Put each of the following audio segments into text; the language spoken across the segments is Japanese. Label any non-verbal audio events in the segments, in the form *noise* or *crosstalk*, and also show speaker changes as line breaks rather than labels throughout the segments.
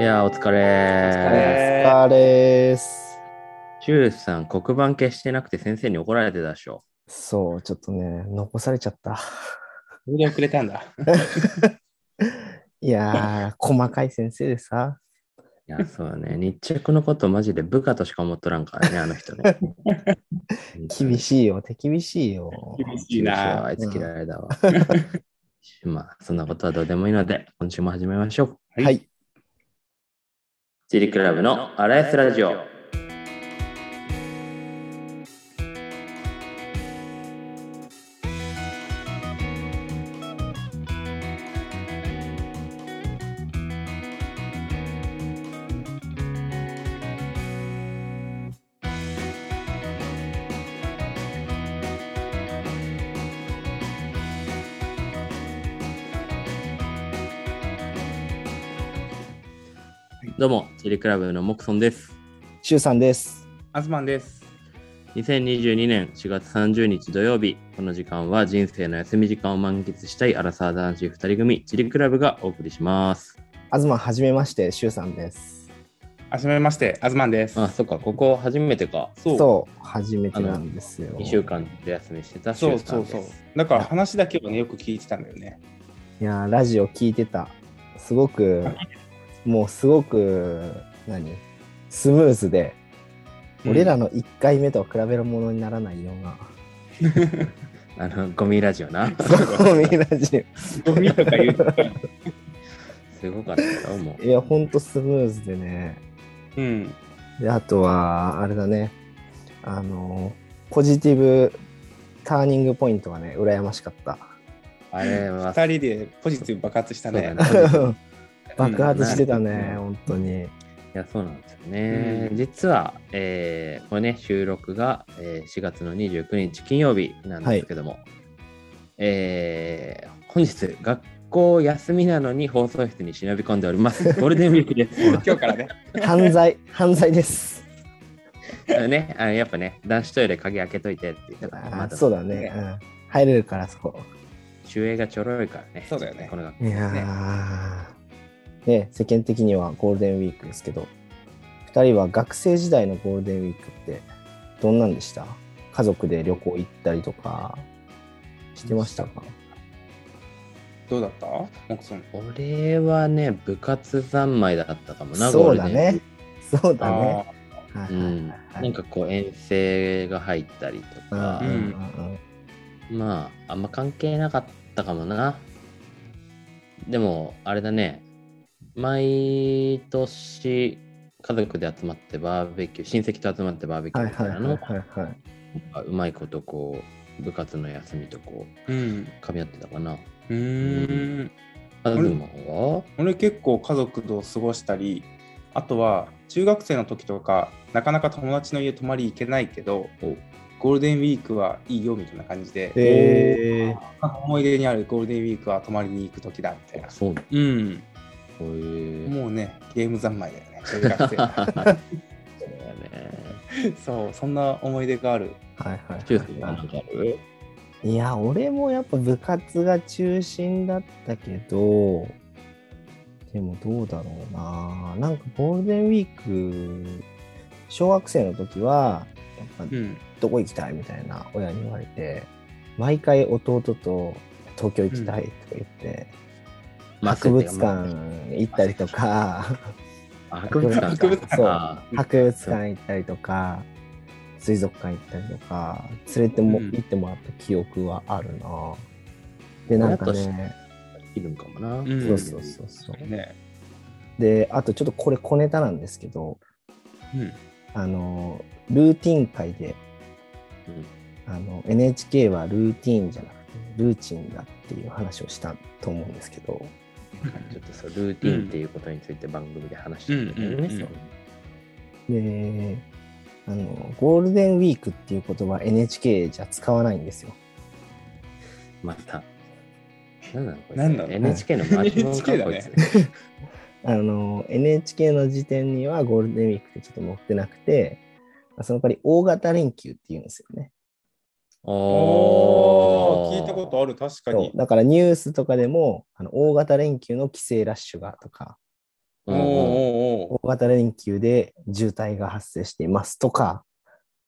いやー、お疲れ
お疲れ
お疲れーす。
シュウさん、黒板消してなくて先生に怒られてたでしょ。
そう、ちょっとね、残されち
*laughs*
ゃった。
それで遅れたんだ。
いやー、細かい先生でさ。
いや、そうだ
*laughs*
ね。日着のことマジで部下としか思っとらんからね、あの人
*laughs*
ね。
厳
い。
しいよ、手厳しいよ。
厳しい
厳しいわ
な。
あいつ嫌いだわ。 *laughs* まあ、そんなことはどうでもいいので、今週も始めましょう。
い
はい。
ジリクラブのアラエスラジオ。どうも、ジリクラブのモクソンです。
しゅうさんです。
アズマンです。
2022年4月30日土曜日、この時間は人生の休み時間を満喫したいアラサー男子2人組、チリクラブがお送りします。
あずま、はじめまして、しゅうさんです。
はじめまして、アズマンです。
あ、そっか、ここ初めてか。そ
そう、初めてなんですよ。
2週。間で休みしてた週
そ
間
う
です。
そうそう。だから話だけはね、よく聞いてたんだよね。
いやー、ラジオ聞いてた。す
*laughs*
ごく、もうすごく、何スムーズで、俺ら
の。
の1回目とは比べるものにならないような、
あの、ゴミラジオな。 *laughs*
ゴミラジオ。
ゴミとか言うと。
すごかったよ、も
いや、ほんとスムーズでね。
うん。
で、あとは、あれだね。あの、ポジティブターニングポイントがね、羨まし
*laughs*
かっ
*laughs*
た。
う。あれは、
二人でポジティブ爆発したね。
そうだね
爆発してた
うん
ね、本当に。
いや、そうなんですよね。
うん
実は、えーこれね、収録が、えー4月の29日金曜日なんですけども、えー本日、学校休みなのに放送室に忍び込んでおり
*laughs*
ます。ゴールデンウィークです。
今日からね。
犯
*laughs*
罪、犯罪です。
あのね、あのやっぱね、男子トイレ鍵開けといてって言ったから、
あ
まだ
そうだね。うん入れるから、そこ。
守衛がちょろいからね。
そうだよね
この学校
いやー。ね、世間的にはゴールデンウィークですけど、2人は学生時代のゴールデンウィークって、どんなんでした家族で旅行行ったりとか、してましたか
どうだったモクソン。
俺はね、部活三昧だったかもな、
そうだね。そうだね。
あ
ゴー
はい
ルデンウィーク。うん、なんかこう遠征が入ったりとか、
うんうん
まあ、あんま関係なかったかもな。でも、あれだね。毎年、家族で集まってバーベキュー、親戚と集まってバーベキ
は
ュー
い
みた
はいい
な
は
の、
いはいはい。
うまいことこう、部活の休みとこ
ーうん。
う、噛み合ってたかな。
うーん。
カズマは
俺結構家族と過ごしたり、あとは中学生の時とか、なかなか友達の家泊まり行けないけど
お、
ゴールデンウィークはいいよみたいな感じで、
え
思い出にあるゴールデンウィークは泊まりに行く時だみたいな。
そうな
うん。
の *laughs* へ
もうね、ゲーム三昧だよね、中
え。そ
学生。
うだよね。
*laughs* そう、そんな思い出がある。
ー、はいはい
チュースはなんかある
はい。いや、俺もやっぱ部活が中心だったけど、でもどうだろうな。なんかゴールデンウィーク、小学生の時は、やっぱ
ん。
どこ行きたいみたいな親に言われて、毎回弟と東京行きたいとか言って、博物館行ったりとか、
あ博物館
博物館
そう
あ
博物館行ったりとか水族館行ったりとか連れても、
うん
行ってもらった記憶はあるなでなんかね、
ーいるんかもな。
ん
そうそうそうそう
ね。
であとちょっとこれ小ネタなんですけど
うん。
あのルーティン会で
うん
あの NHK はルーティンじゃなくてルーチンだっていう話をしたと思うんですけど
ちょっとそうルーティンっていうことについて番組で話してたんだよ
う
ね。
んうんうんう
そ
ん
う
であのゴールデンウィークっていう言葉 NHK じゃ使わないんですよ
また。なんなのこれ *laughs*
なんなの
?NHK のマーケット
NHK だね *laughs*
あの、NHK の時点にはゴールデンウィークってちょっと載ってなくて、その代わり大型連休っていうんですよね。
お
聞いたことある、確か
そ
に
う。だからニュースとかでもあの大型連休の帰省ラッシュがとか
と
おーおーおー
大型連休で渋滞が発生していますとか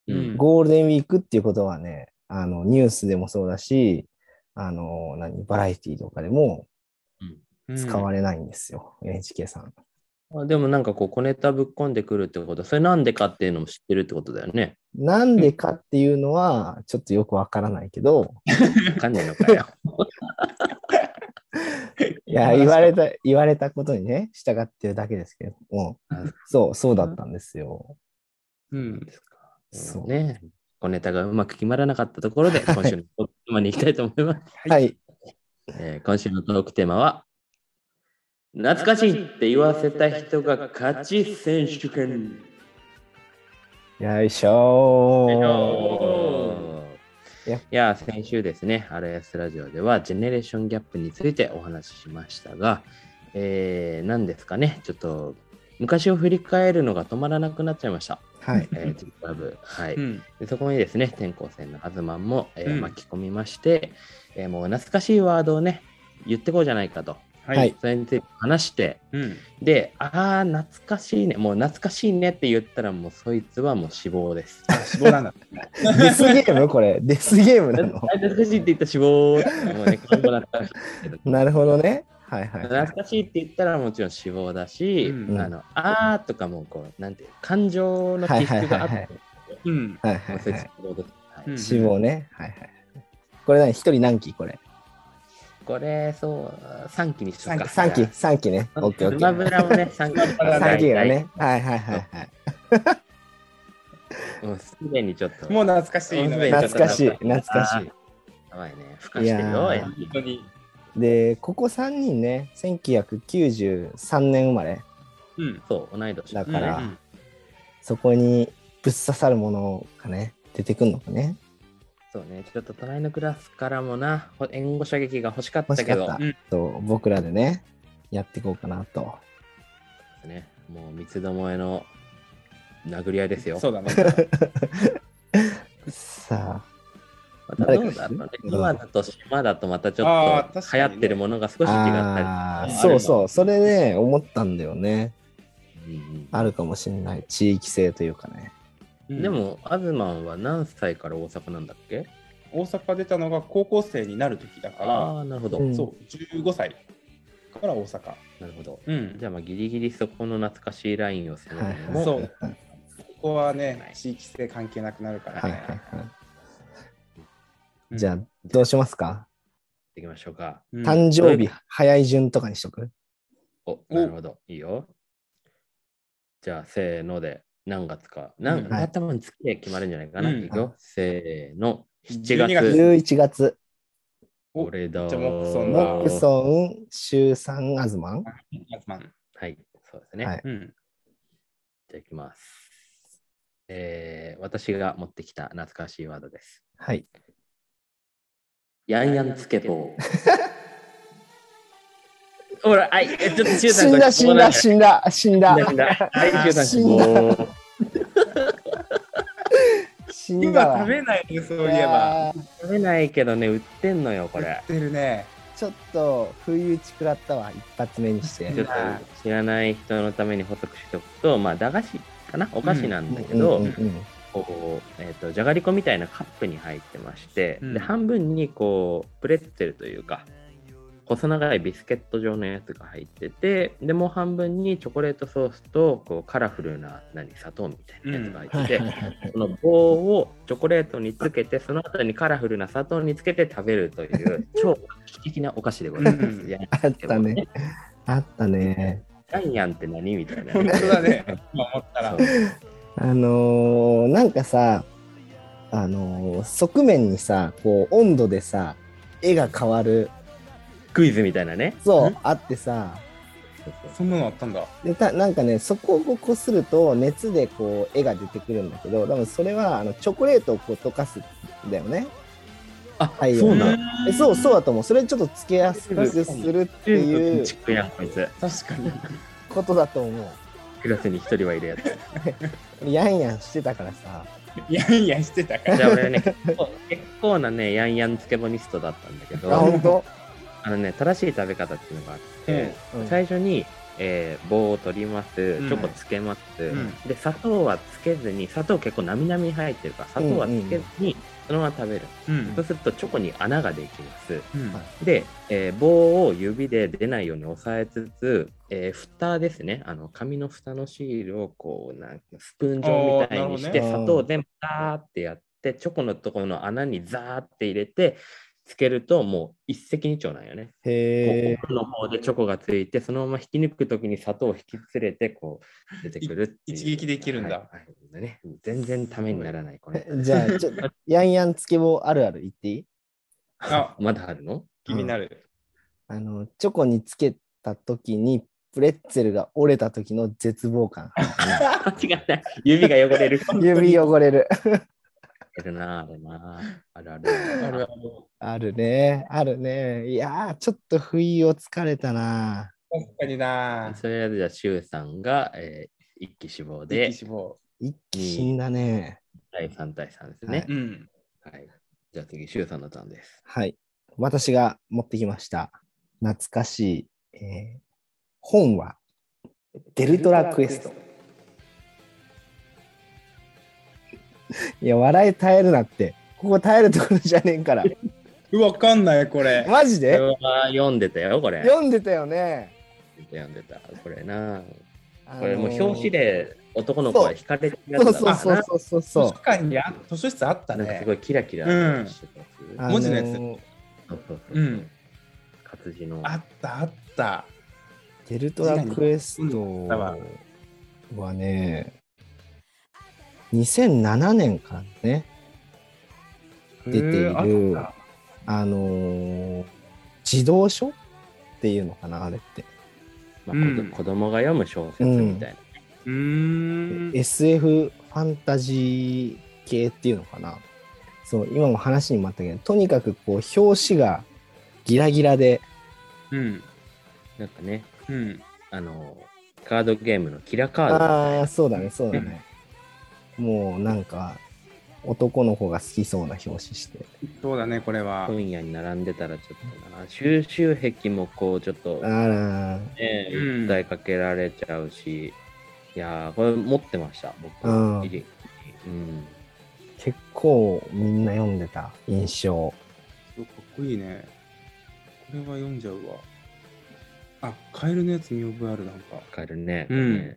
うん
ゴールデンウィークっていうことはねあのニュースでもそうだしあの何バラエティとかでも
うん
使われないんですよ、NHK さん。
あでもなんかこう小ネタぶっ込んでくるってことそれなんでかっていうのも知ってるってことだよね。
なんでかっていうのはちょっとよくわからないけど、
わかんないのかよ。
いや、言われた、言われたことにね、従ってるだけですけども
あ、
そう、そうだったんですよ。
うん
*laughs* そう
ね。小ネタがうまく決まらなかったところで、今週のトークテーマに行きたいと思います。
はい。
えー今週のトークテーマは、懐かしいって言わせた人が勝ち選手権。
よいしょー。
お
いや
ーいや、先週ですね、RS ラジオでは、ジェネレーションギャップについてお話ししましたが、えー、何ですかね、ちょっと、昔を振り返るのが止まらなくなっちゃいました。
はい。
えー、ツイッター部。はい。
うん
でそこにですね、転校生のアズマンも、えー
うん
巻き込みまして、えーもう懐かしいワードをね、言ってこうじゃないかと、
はい。
はい
それについて話して、
うん
で、ああ、懐かしいね、もう懐かしいねって言ったら、もうそいつはもう死亡です。
あ死亡なんだ。
デスゲームこ *laughs* れ、デスゲームなの
あ懐かしいって言ったら死亡もうね、子供だったら
なるほどね。はいはいはい。
懐かしいって言ったらもちろん死亡だし、
うん
あの、あーとかもこう、なんていう、感情の起伏があって、
はいはいはい
うん。
はい
も
は
うそ
い
い
は
つ
い。
死亡です。はい
うん
死亡ね。はいはい。これ何一人何期これ
これ、そう、3期にしよう
?3
か。
期、三期、三期ね。オッケーオッ
ス
ケ
マ
ー。
ブラもね、3期
3期がね。はいはいはいはい。
もうすでにちょっと。
もう懐かしいのね。
うん
懐かしい、
ちょっと
懐かしい。
やばいね。ふかしてるよ。
いや
本
ー
当に。
で、ここ3人ね、1993年生まれ。
うん。
そう、同い年。
だから
うん
そこにぶっ刺さるものがね、出てくるのかね。
そうね、ちょっと隣のクラスからもな、ほ援護射撃が欲しかっ
欲
た
し
け
かっ
ど
た、
うん
と僕らでね、やっていこうかなと。
ね、もう三つどもえの殴り合いですよ。
そう *laughs* だね。
さ
またどうだろうね。
うん
今だと島だとまたちょ
あ
っ
ー
と
確か
流行
にね
ってるものが少し違
あ、
った
あ
り
ー
とか
そうそう、それね、思ったんだよね。
り。うん
あるかもしれない。地域性というかね。
うんで、も、アズマンは何歳から大阪なんだっけ
大阪出たのが高校生になる時だか
ああ、なるほど。
うん
ら、そう、15歳から大阪。
なるほど。
うん
じ。ゃあ、まあ、ギリギリそこの懐かしいラインを攻めるの
はいはい
も、
そう。ここはね、地域性関係なくなるから
はいはい
ね。
は
うん
い。じゃあ、どうしますか、
いきましょうか。
うん
誕生日早い順とかにしとく
お、なるほど。いいよ。じゃあ、せーので、何月か。何、
うん
はい
頭につきで決まるんじゃないかな。
うん
いくよ。せーの。7
12月
月。
?11 月、
お
俺だー。
じゃあモックソンだ
モックソン、シュウサン、アズマン。
夏マン
はい、そうですね。
はい
うん。
じゃあ、いきます。えー、私が持ってきた懐かしいワードです。
はい。
やんやんつけ棒。ほら、はい、えちょっとシュウさ
死んだ、
ん
死んだ、死んだ、死んだ
死。んだ。はい、シュウさん、
死ん
だ。
死んだ
今
わ
食べないね、そうい
い
えば。
やー
食べないけどね、売ってんのよ、こ
売
れ
っ。てるね。
ちょっと不意打ち食らったわ一発目にして
ちょっと知らない人のために補足しておくと、まあ、駄菓子かなお菓子なんだけど、
うんうんうん
こう、えっ、と、じゃがりこみたいなカップに入ってまして、
うん
で、半分にこう、プレッツェルというか、細長いビスケット状のやつが入ってて、で、もう半分にチョコレートソースと、こう、カラフルな、何、砂糖みたいなやつが入ってて、
はいはいはい
その棒をチョコレートにつけて、その後にカラフルな砂糖につけて食べるという、超画期的なお菓子でございま
う
す。
ん
いや
あったね。あったね
ジャイアンって何みたいな。
本当だ *laughs* ね。今思ったら。
そう
あのーなんかさあのー側面にさこう温度でさ絵が変わる
クイズみたいなね。
そう
え
あってさ
そんなのあったんだ。
でたなんかねそこをこうこすると熱でこう絵が出てくるんだけど多分それはあのチョコレートをこう溶かすんだよね
あ、
はい
そうなん。
えそうそうだと思うそれちょっとつけやすくするっていう
ちくやんこいつ。
確かに。
ことだと思う
クラスに一人はいるやつ。
ヤンヤンしてたからさ
やんやんしてたから
じゃあ俺ね結構結構なねやんやんつけぼニストだったんだけ
あ、
ど
本当
あのね正しい食べ方っていうのがあって、
え
うん
最初に、えー棒を取りますチ
ん
ョコつけます、
ん
で砂糖はつけずに砂糖結構なみなみ入ってるから砂糖はつけずに、そのまま食べる
うん
そうするとチョコに穴ができます
うん
はい
で、えー棒を指で出ないように押さえつつ、えー蓋ですねあの紙の蓋のシールをこうなんかスプーン状みたいにして、
あ
ーなるほど
砂
ね
糖を全部ザーってやってチョコのところの穴にザーって入れてつけるともう一石二鳥なんよね。
へえ
こ。う奥の方でチョコがついてそのまま引き抜くときに砂糖を引き連れてこう出てくるってい
いう一撃できるんだ
はいはいね、全然ためにならないこれ
じゃ
*laughs*
あ、ちょっと、やんやんつけ棒あるある言っていい
あ
まだあるの
*laughs*
*laughs*
気になる
あの、チョコにつけた時に、プレッツェルが折れた時の絶望
*laughs*
感。
違うない指が汚れ
*laughs*
る
指汚れる。
あるなあれなあるある
あるある
あるね。あるね。いやー、ちょっと不意をつかれたな。
確かにな
それでじゃあ柊さんが、えー一気死亡
で
で
死亡
一気死んだね。
対3対3ですね
は、
うん
はいじゃあ次柊さんのターンです
はい。私が持ってきました。懐かしい。えー本は、デルトラクエスト。いや、笑い耐えるなって。ここ耐えるところじゃねえ
*laughs*
から。
うわわかんないこれ
マジ
これ
で
は読んでたよこれ
読んでたよね。
読んでたこれな
あのー
これもう表紙。で男の子は惹かれてるや
そう
つ
そう
だから
そ
な
うそうそう
図
そう
書。館にあ図書室あった
なんかす
ね
ごいキラキラしてたやつ
あ
文字のやつ
ー
そうそうそううん活字の
あったあった
デルトラクエス
んだわ
トはね、2007年からね。出てい
へ
る
ーあっ
あのー、児童書っていうのかなあれって、
まあ
うん
子供が読む小説みたいな、
たうーん
SF ファンタジー系っていうのかなそう今も話にもあったけどとにかくこう表紙がギラギラで
うん
なんかね
うん
あのカードゲームのキラカードみたいな
ああそうだねそうだねもうなんか男の子が好きそうな表紙して
そうだねこれは
本屋に並んでたらちょっとな収集癖もこうちょっと
あら
ね、
うん
訴えかけられちゃうしいやーこれ持ってました僕
うん
入りうん
結構みんな読んでた印 *laughs* 象
かっこいいねこれは読んじゃうわあカエルのやつ見覚えあるな
*laughs*
んか
わかるね。
うん
これね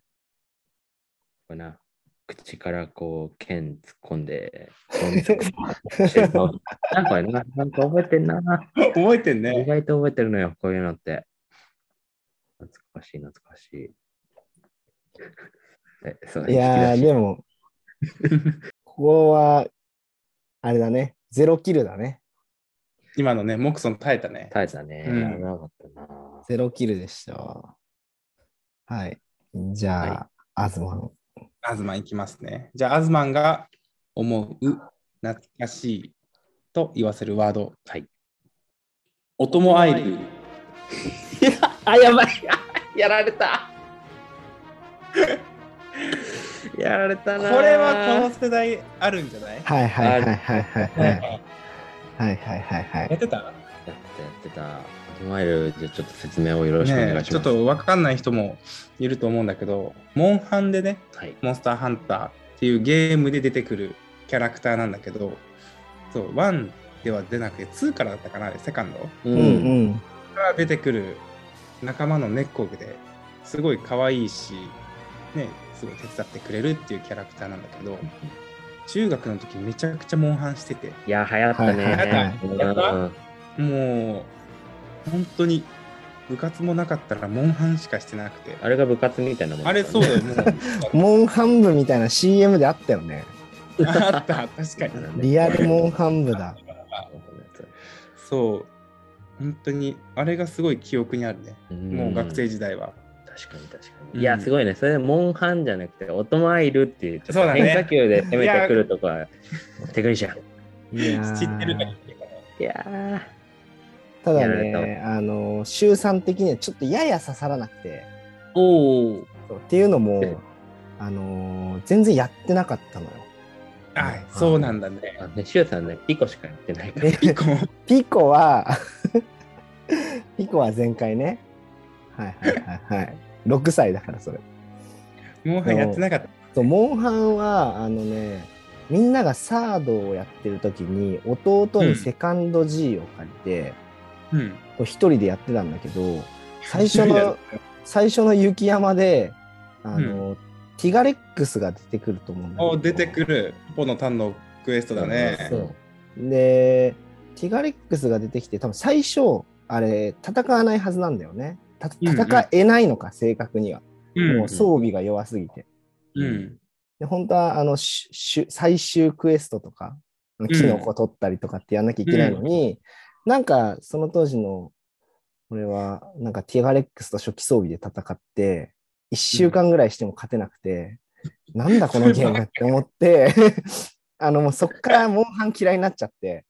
これな、口からこう剣突っ込ん
*laughs*
で、脳みそくそしてる顔なんかな、なんか覚えてんな。
覚えてん
意
ね
外と覚えてるのよ、こういうのって。懐かしい、懐かしい。えそう
いやー
引き出し
でもここはあれだねゼロキルだね
今のねモクソン耐えたね
耐えたね。
うん
やらなかったな。
ゼロキルでした。はい。じゃあ、アズマン。
アズマンいきますねじゃあアズマンが思う懐かしいと言わせるワード
はい
おともアイル
あ、やばい。 *laughs* やられた。 *laughs* やられた
こ
な。
れはこの世代あるんじゃない
はいはいはいはいはいはい。はいはいはいは
やっ
い。
てた
やってやってた。オトマイル、じゃあちょっと説明をよろしくお願いし
ね
ま
え
す。
ちょっと分かんない人もいると思うんだけどモンハンでね
はい。
モンスターハンターっていうゲームで出てくるキャラクターなんだけど、そう、1では出なくて、2からだったかな、あれセカンド
う
う
ん。
んうん。
から出てくる仲間のネッコグですごい可愛いし、ね、すごい手伝ってくれるっていうキャラクターなんだけど、中学の時めちゃくちゃモンハンしてて、
いや、流行ったね。
はいはい
はいやっもう、本当に部活もなかったらモンハンしかしてなくて、
あれが部活みたいなもん
あれそうだよ、もう。
モンハン部みたいな CM であったよね。
あった、確かに。
リアルモンハン部だ。
そう。本当に、あれがすごい記憶にあるね。もう学生
時
時代は。
確かに確か
うん
に。いや、すごいね。それでモンハンじゃなくて、オトマイルっていう、ちょっ
そう
と
だね
変化球で攻めてくるとか、テクニシャン。
いやー
知ってるかにってるかない
やー、
ただ
やられ
ね、あの、週3的にはちょっとやや刺さらなくて、
おお。
そうっていうの
ええ
も、あのー、全然やってなかったのよ。
あ、そうなんだ *laughs* ね。
あのね、シュウさんね、ピコしかやってないから。
で
ピコも、
ピコは *laughs* ピコは前回ねはいはいはいはい6歳だからそれ
もはやってなかった。
そうモンハンはあのねみんながサードをやってる時に弟にセカンド G を借りて、
うん。
これ一人でやってたんだけど最初
*laughs*
の最初の雪山であの、ティガレックスが出てくると思うんだけど
お、出てくる。ポの単のクエストだね
そ。うで、ティガレックスが出てきて、多分最初、あれ、戦わないはずなんだよね。た
うんうん
戦えないのか、正確には。
うん
もう装備が弱すぎて。
うん。
で、本当は、あの、しし最終クエストとか、キノコ取ったりとかってやんなきゃいけないのに、なんか、その当時の、俺は、なんかティガレックスと初期装備で戦って、1週間ぐらいしても勝てなくて、なんだこのゲームって思 *laughs* って、あの、もうそっからモンハン嫌いになっちゃって、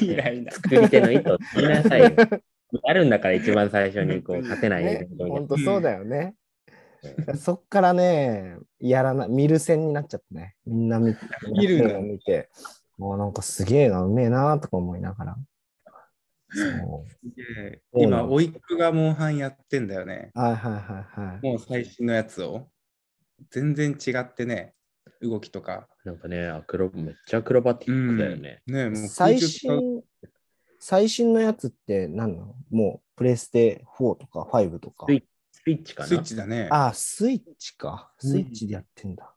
嫌いな。
作り手の意図を止めなさいよ。あるんだから一番最初にこう勝てない
ね
イベント、
本
に
当そうだよね。そっからね、やらな、見る線になっちゃってね。みんな見
見るんだ
の見て、もうなんかすげえな、うめえなとか思いながら。そそうな
今、
の
おいっ子がモンハンやってんだよね。
うはいはいはいはい。
もう最新のやつを。全然違ってね、動きとか。
なんかね、アクロめっちゃアクロバティックだよね。
ね、もう
最
空中
新、最新のやつって何なのもうプレステ4とか5とか。
スイッチか
使う
な
スイッチだね。
ああ、スイッチか。スイッチでやってんだ。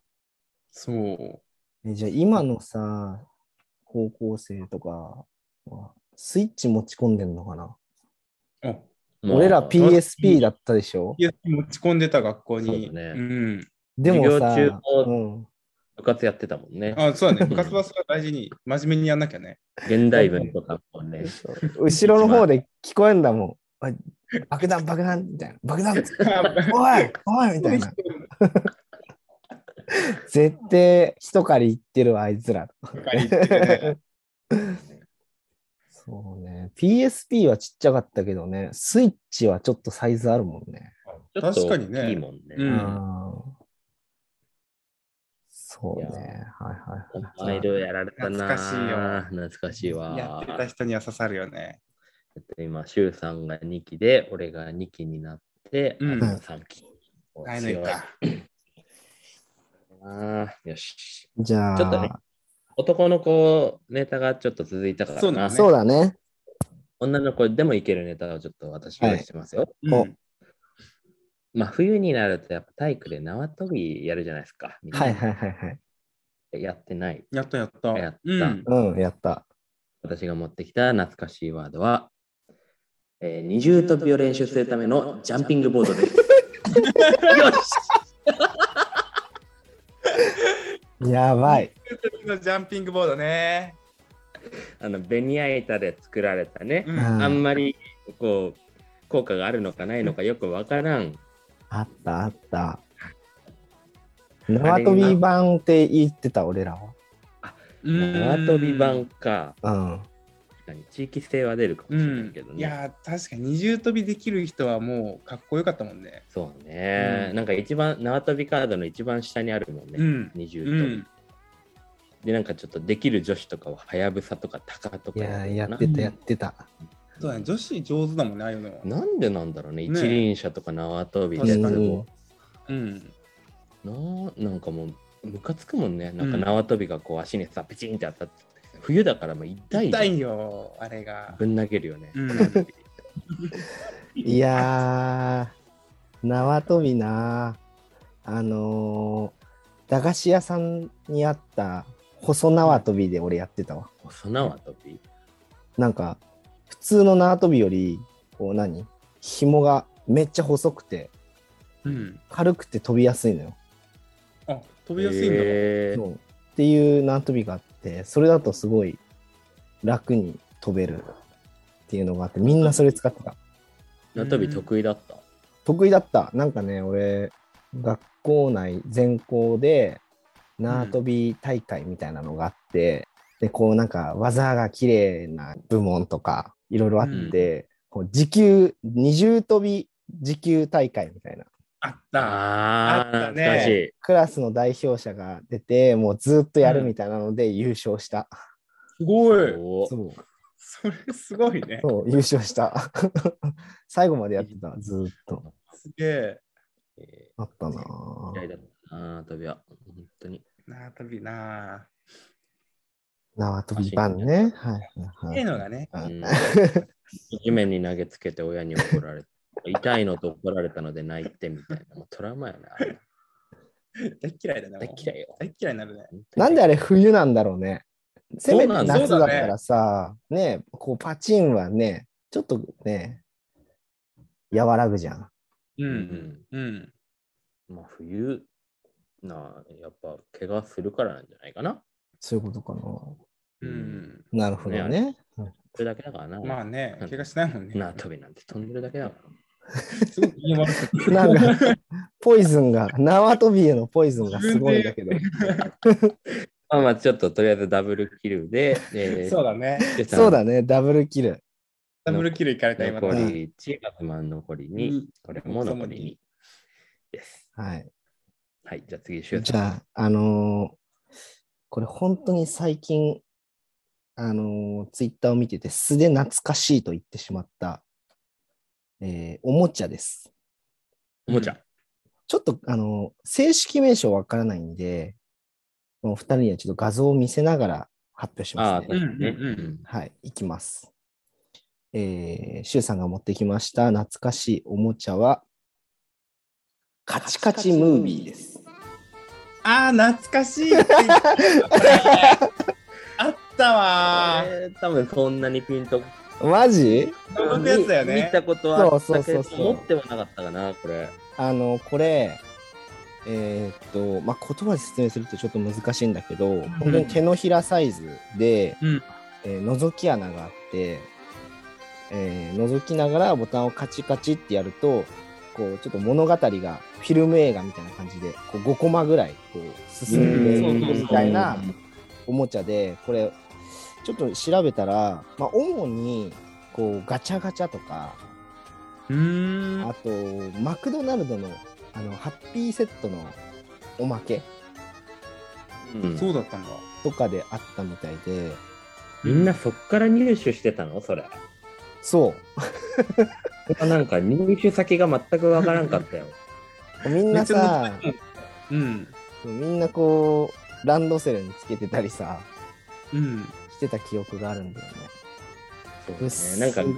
そう。
えじゃあ今のさ、高校生とかは、スイッチ持ち込んでんのかな
あ
もう
俺ら PSP だったでしょ
いや持ち込んでた学校に。
そうだね
ん。
でもさ、
授業中
うん、
部活やってたもんね。
あ、そうだね。部活はそれは大事 *laughs* に、真面目にやんなきゃ *laughs* ね。
現代文とかもね。
後ろの方で聞こえんだもん。おい爆弾、爆弾みたいな。爆弾おいおいみたいな。 *laughs* 絶対、一狩り行ってるわあいつら。そうね。PSP はちっちゃかったけどね、スイッチはちょっとサイズあるもんね。
ちょっと
確かに
大きい
ね。
もんね。
うん
あーそうね。はいはいはい。
マイルやられたな。
懐かしいよ
懐かしいわ。
*laughs* やってた人には刺さるよね。
えっと今、シュウさんが2期で、俺が2期になって、
うん
3期。
ないの
強
か。
なよし。
じゃあ、
ちょっとね男の子ネタがちょっと続いたからな。
そうだね
そうだね。
女の子でもいけるネタをちょっと私用意してますよ。
お
うん
まあ冬になるとやっぱ体育で縄跳びやるじゃないですか。みんな
はいはいはいはい。
やってない。
やったやった。
やった
うん
うん、やった。
私が持ってきた懐かしいワードは、えー二重跳びを練習するためのジャンピングボード
*laughs*
です。よし
やばい。
ジャンピングボードね。
あのベニヤ板で作られたね、
うん
うん
あんまりこう効果があるのかないのかよくわからん。
あったあった。縄跳び版って言ってた俺らは。
うん
縄跳び版。か。
うん。
確かに地域性は出るかも
う
しれない
ん
けど、
い
ね。
やー確かに二重跳びできる人はもうかっこよかったもんね。
そうね、
うん
なんか一番縄跳びカードの一番下にあるもんね、
うん
二重
う
跳び、
ん、
でなんかちょっとできる女子とかははやぶさとかタカと
い
か
や、
る
や
かな
ってたやってた。
そうだね女子上手だもんねああいうのは。
なんでなんだろうね
ね
一輪車とか縄跳び
確
で
か
な
に
うん
うん、
なんかもうムカつくもんねなんか縄跳びがこう足にさピチンって当たって冬だからもう痛いじゃ
痛
ん
いよあれが。
ぶん投げるよね、
うん、
いやー、縄跳びなあのー、駄菓子屋さんにあった細縄跳びで俺やってたわ。
細縄跳び
なんか、普通の縄跳びより、こう何紐がめっちゃ細くて、
うん、
軽くて飛びやすいのよ。
あ飛びやすいんだ。
へー
そうっていう縄跳びがあってそれだとすごい楽に飛べるっていうのがあってみんなそれ使ってた
縄跳び得意だった、
得意だったなんかね俺学校内全校で縄跳び大会みたいなのがあって、でこうなんか技が綺麗な部門とかいろいろあって、こう時給二重跳び時給大会みたいな
あった。
あ
あ
あ、
ったね
懐かしい。
クラスの代表者が出て、もうずっとやるみたいなので優勝した。
すごい。
お
そう
それすごいね。
そう、優勝した。 *laughs* 最後までやってた、ずっと。
すげえ。
え
あったな
ー
ぁ
嫌いだったな、飛びは。本当に。
縄跳びなあ。
縄跳び版ね。はいは
っ
い
ていう
は
の
い。
がね、
*laughs*
あ
うん地面に投げつけて親に怒られて、痛いのと怒られたので泣いてみたいな。もうトラウマやな。あれ
大っ嫌いだね。
大
もう
嫌いよ。
大っ嫌いになるね。
*laughs* なんであ
れ
れ冬なんだろうね。せめて
そうなん
夏
そう
だ
だ
か
ね
らさ、ねこうパチンはね、ちょっとね、和らぐじゃん。
う。
うんん。
うん。
まあ冬な、やっぱ怪我するからなんじゃないかな。
そういうことか
う
うんん。
な。なるほどね。
それだけだからな。
まあね、怪我しないもんね。
縄跳びなんて飛んでるだけだか
すごく言い悪かった
なんか、ポイズンが、縄跳びへのポイズンが *laughs* すごいんだけど。
ら。まあまあちょっととりあえずダブルキル *laughs* で、えー
そうだね。
で
そうだね、ダブルキル。
ダブルキルいかれた今
残
ね
り1、カズマン残り
う
2
ん、
これも残り2です。
はい。
はい、じゃあ次、シュー
じ
ト。
ゃあ、あのーこれ本当に最近、あのツイッター Twitter を見てて素で懐かしいと言ってしまった、えーおもちゃです。
おもちゃ。
ちょっと、あのー正式名称わからないんで、このお二人にはちょっと画像を見せながら発表し
ああー、
ます
確
ね。
かにね。
うんうんう
はい、いきます。えー、シュウさんが持ってきました懐かしいおもちゃは、カチカチムービーです。
ああ、懐かしいって言ったこれあったわ
えー多分そんなにピンと
マジ
ー。このやつだよ
見
ね
見。たことはあったけど
そうそうそうそう
持ってはなかったかな、これ。
あの、これ、えーっと、まあ、言葉で説明するとちょっと難しいんだけど、本当に手のひらサイズで、
うん
えー覗き穴があって、えー覗きながらボタンをカチカチってやると、こう、ちょっと物語がフィルム映画みたいな感じで、こう5コマぐらい、こう、進んで
うん
いくみたいな
うんうんうん
おもちゃで、これ、ちょっと調べたら、まあ、主に、こう、ガチャガチャとか、
うーん。
あと、マクドナルドのあのハッピーセットのおまけ
うん
そうだったんだ。
とかであったみたいで、
みんなそっから入手してたのそれ。
そ
それはなんか入手先が全くわからんかった
*laughs*
よ。
う、みんなさ、
うん。
みんなこう、ランドセルにつけてたりさ、
うん。
してた記憶があるんだよね。
そう
うっ
です
す
ね。なんか
で、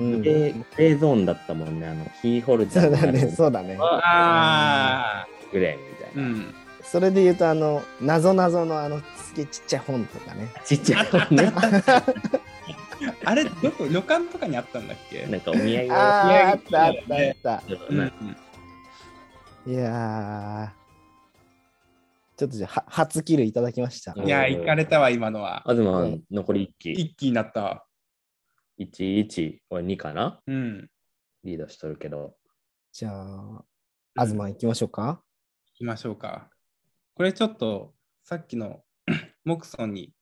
うん、
グレーグレーゾーンだったもんね、あの、キーホルダー
そう
の
だ
あ
ね、
の
そうだね。
ああ。
グレーみたいうな。
ん。
それで言うと、あの、なぞなぞのあの、すげえちっちゃい本とかね。
ちっちゃいもんね。
あれ、よく旅館とかにあったんだっけ
なんかお土産を。
あーあ
い
った
や
あ
い
っ
い
たあった。
うん。
ね
いやー、ちょっとじゃあ、は初キルいただきました。
うん
いや、行かれたわ、今のは。
東残り1期。
一気になったわ。
1、1、これ2かな
うん。
リードしとるけど。
じゃあ、あずま行きましょうか。
いきましょうか。これちょっとさっきの *coughs* モクソンに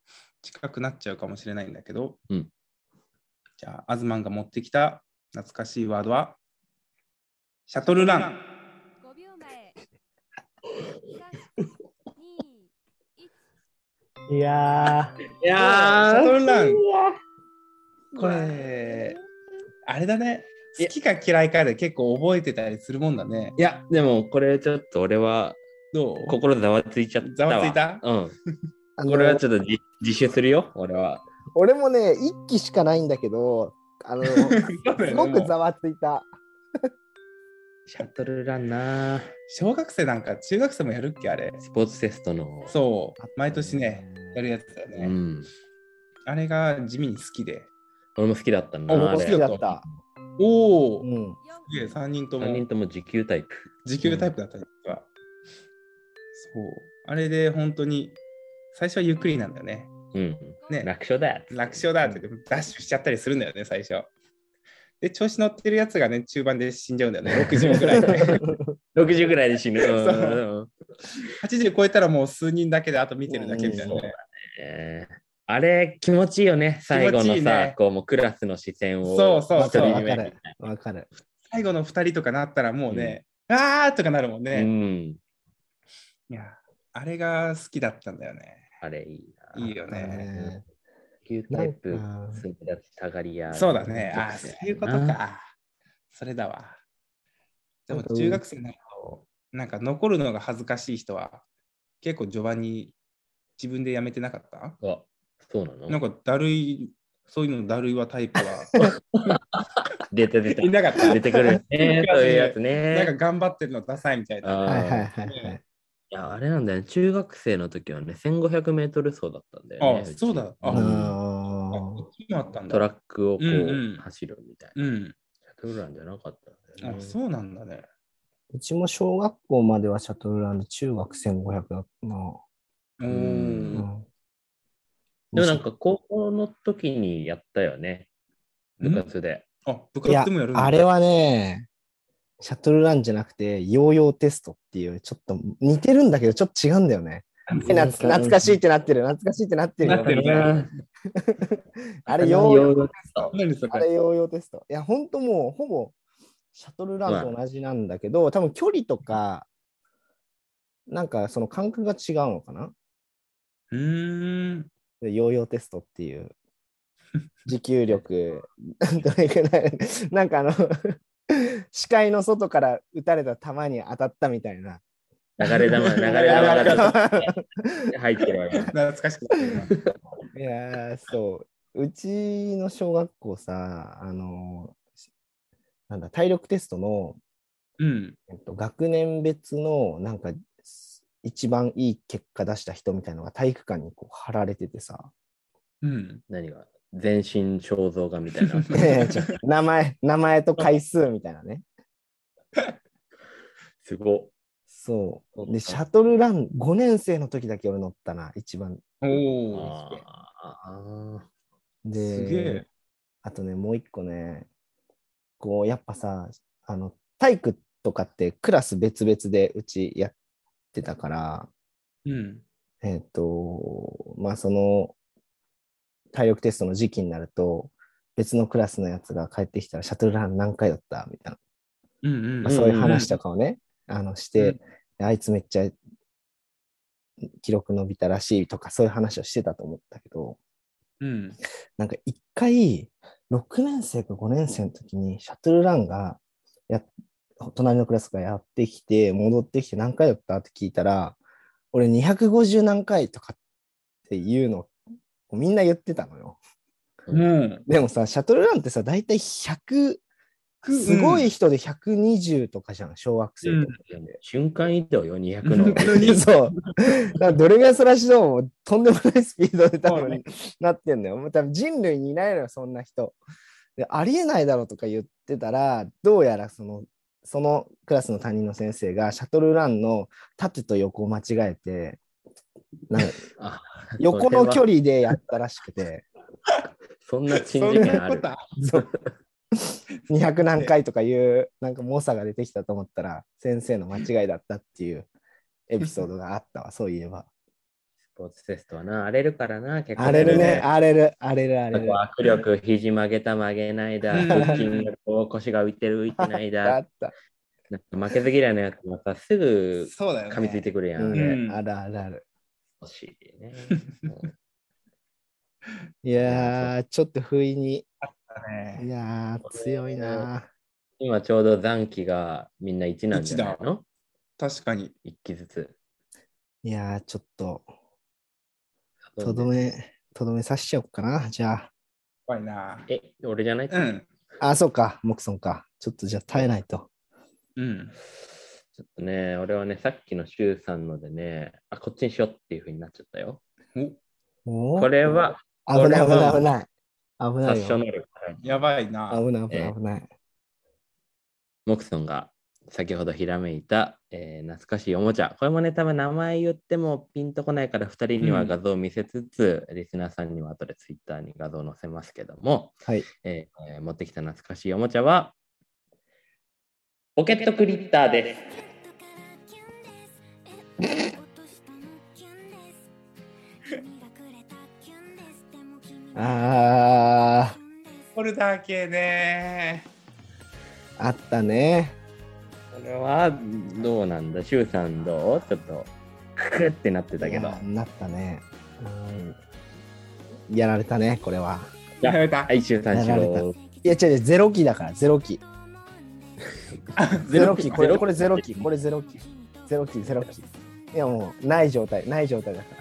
近くなっちゃうかもしれないんだけど、
うん
じゃあ、アズマンが持ってきた懐かしいワードは、シャトルラン。
5秒前。
いやー、
い
シャトルラン。こ
3、
れ、あれだね。
い
好
や
きか嫌いかで結構覚えてたりするもんだね。
いや、でもこれちょっと俺は
どう
心ざわついちゃったわ。
ざわついた
うん。
あの
これはちょっと自自首するよ、俺は。
俺もね、一期しかないんだけど、
*laughs*
あの、す
*laughs* そうだよね
ご
も
く
う
ざわついた。
シャトルランなー
小学生なんか中学生もやるっけあれ。
スポーツテストの。
そう。毎年ね、やるやつだよ
う
ね。
ん。
あれが地味に好きで。
俺も好きだったな。
あ
あ
僕
あ
も好
れ
きだった。
おお、
うん。
すげえ3人とも
3人とも時給タイプ。
時給タイプだったんですが、そうあれで本当に最初はゆっくりなんだよね
うん。
ね
楽勝だよ。
楽勝だってダッシュしちゃったりするんだよね最初で調子乗ってるやつがね中盤で死んじゃうんだよね60ぐらい
*laughs*
で
60ぐらいで死ぬ。
そう
うん
80超えたらもう数人だけであと見てるだけみたいな
うん
ね
えーあれ気持ちいいよね。最後の
気
さ、
持ちいいね
こうもうクラスの視線を。
そうそう
わか
そう
る
一
わ
人目
かる。わかる。
最後の2人とかなったらもうね、あーとかなるもん
う
ね。
ん。
いや、あれが好きだったんだよね。
あれいいな。
いいよね。
ね
旧タイプ
なん、か
すぐ立ちたがりや。
そうだね。あーそういうこと
な。
か。それだわ。でも
なんか
中学生になると、なんか残るのが恥ずかしい人は、結構序盤に自分でやめてなかった
あそうなの
なんかだるい、そういうのだるいはタイプは *laughs*
出て出
い
て。
なかった。
出てくるよ
*laughs*
ね。そういうやつ
なん
ね
か。頑張ってるのダサいみたいな。
あ
はいはい
ー
はいはい。
いや、あれなんだよね。中学生の時はね、1500メートル走だったんだよね。
あそうだあ
うん
あ
あこっちもあったんだ。
トラックをこ
うんうん
う走るみたいな。
うん。
シャトルランじゃなかったんだよ
あ、
ね。
そうなんだね。
うちも小学校まではシャトルランで中学1500だったな。
お
う
ー
ん
でもなんか高校の時にやったよね。部活で。
あ、部
いや
活もやるんだ
あれはね、シャトルランじゃなくて、ヨーヨーテストっていう、ちょっと似てるんだけど、ちょっと違うんだよね。懐懐かしいってなってる、懐かしいってなってる
なってるね
よ。あれ、ヨーヨーテスト。
何そ
あ
れ
れ、ヨーヨーテスト。いや、ほんともう、ほぼ、シャトルランと同じなんだけど、多分距離とか、なんかその感覚が違うのかな
うーん。
でヨーヨーテストって *laughs* いう持久力 *laughs* どれくらいなん *laughs* かあの視界の外から撃たれた球に当たったみたいな
流れ玉、流れ玉
*laughs*
*laughs*
が入ってるわけ。
懐かしくなってる
いやーそううちの小学校さあのなんだ体力テストの、
な。うん。
えっと、学年別のなんか一番いい結果出した人みたいのが体育館にこう貼られててさ
うん。
何が全身肖像画みたいな。
いやいやちょ名前名前と回数みたいなね
すごっ。
そ
そう
う。
か
で、シャトルラン、5年生の時だけ俺乗ったな、一番。
おお。
あ
で、
すげえ
あとね、もう一個ね、こう、やっぱさ、あの、体育とかってクラス別々でうちやってたから、
うん。
えっ、と、まあ、その、体力テストの時期になると、別のクラスのやつが帰ってきたら、シャトルラン何回だったみたいな、
うんうん。
まあ、そういう話とかをね、あの、して、であいつめっちゃ記録伸びたらしいとかそういう話をしてたと思ったけど
うん。
なんか一回6年生か5年生の時にシャトルランがや隣のクラスがやってきて戻ってきて何回だったって聞いたら俺250何回とかっていうのをみんな言ってたのよ
うん。
でもさシャトルランってさ大体100すごい人で120とかじゃん小学生とか
ー瞬間移動よ、200
本当
の。
に
*laughs* そう。だからどれぐらいそらしどうも、とんでもないスピードで多分、ね、なってんのよ。もう多分人類にいないのよ、そんな人。で、ありえないだろうとか言ってたら、どうやらその、そのクラスの担任の先生がシャトルランの縦と横を間違えて、なんか
あ
横の距離でやったらしくて、
そんな珍
そん
事件
な
あ
こ
る
と。あ
そう200何回とかいう、なんか猛者が出てきたと思ったら、先生の間違いだったっていうエピソードがあったわ、そういえば。
スポーツテストはな、荒れるからな、結構。
荒れるね、
ね
荒れる、荒れる、荒れる。
握力、肘曲げた曲げないだ、
うん
腹筋がこう腰が浮いてる浮いてない
あ
だ、
*laughs* った。
なんか負けず嫌いのやつもさ、すぐ
そうだよね。
噛みついてくるや。
うん
ね
ね
ん、あるあるある。
欲しいね。
いやー、ちょっと不意に。い
ね。
やー、強いな
今ちょうど残機がみんな1なんじゃないの
確かに。
?1 機ずつ。
ー。いやー、ちょっと、とどめ、とどめさしちゃおうかな。じゃ
怖いな。
え、俺じゃない
うん。
あ。あ、そうか、モクソンか。ちょっとじゃあ耐えないと。
うん。
ちょっとね、俺はね、さっきのシュウさんのでね、あ、こっちにしようっていうふうになっちゃったよ。
おー
これは
危な
こ
い、危
れは
ない、危ない。危ない
殺傷
よ。
能力高い。
やばいな。
危ない、危な
え
い、危ない。
モクソンが先ほどひらめいた、えー懐かしいおもちゃ。これもね、多分名前言ってもピンとこないから、2人には画像を見せつつ、リスナーさんには後でツイッターに画像を載せますけども、
はい
えーえー持ってきた懐かしいおもちゃは、ポケットクリッターです。
あ
ホルダー系ね。
ー、あったね。
あこれはどうなんだシュウさんどうちょっとククってなってたけど
いやなったね。うんやられたね、これは。
やられた
は。いシュウさんシ
やられ
ュウ
いや、違う違う、ゼロ期だから、ゼロ期。ゼロ期、こ
ゼロ
れ、
期
これゼロ期、これゼロ期。ゼロ期、ゼロ期。いや、もう、ない状態、ない状態だから。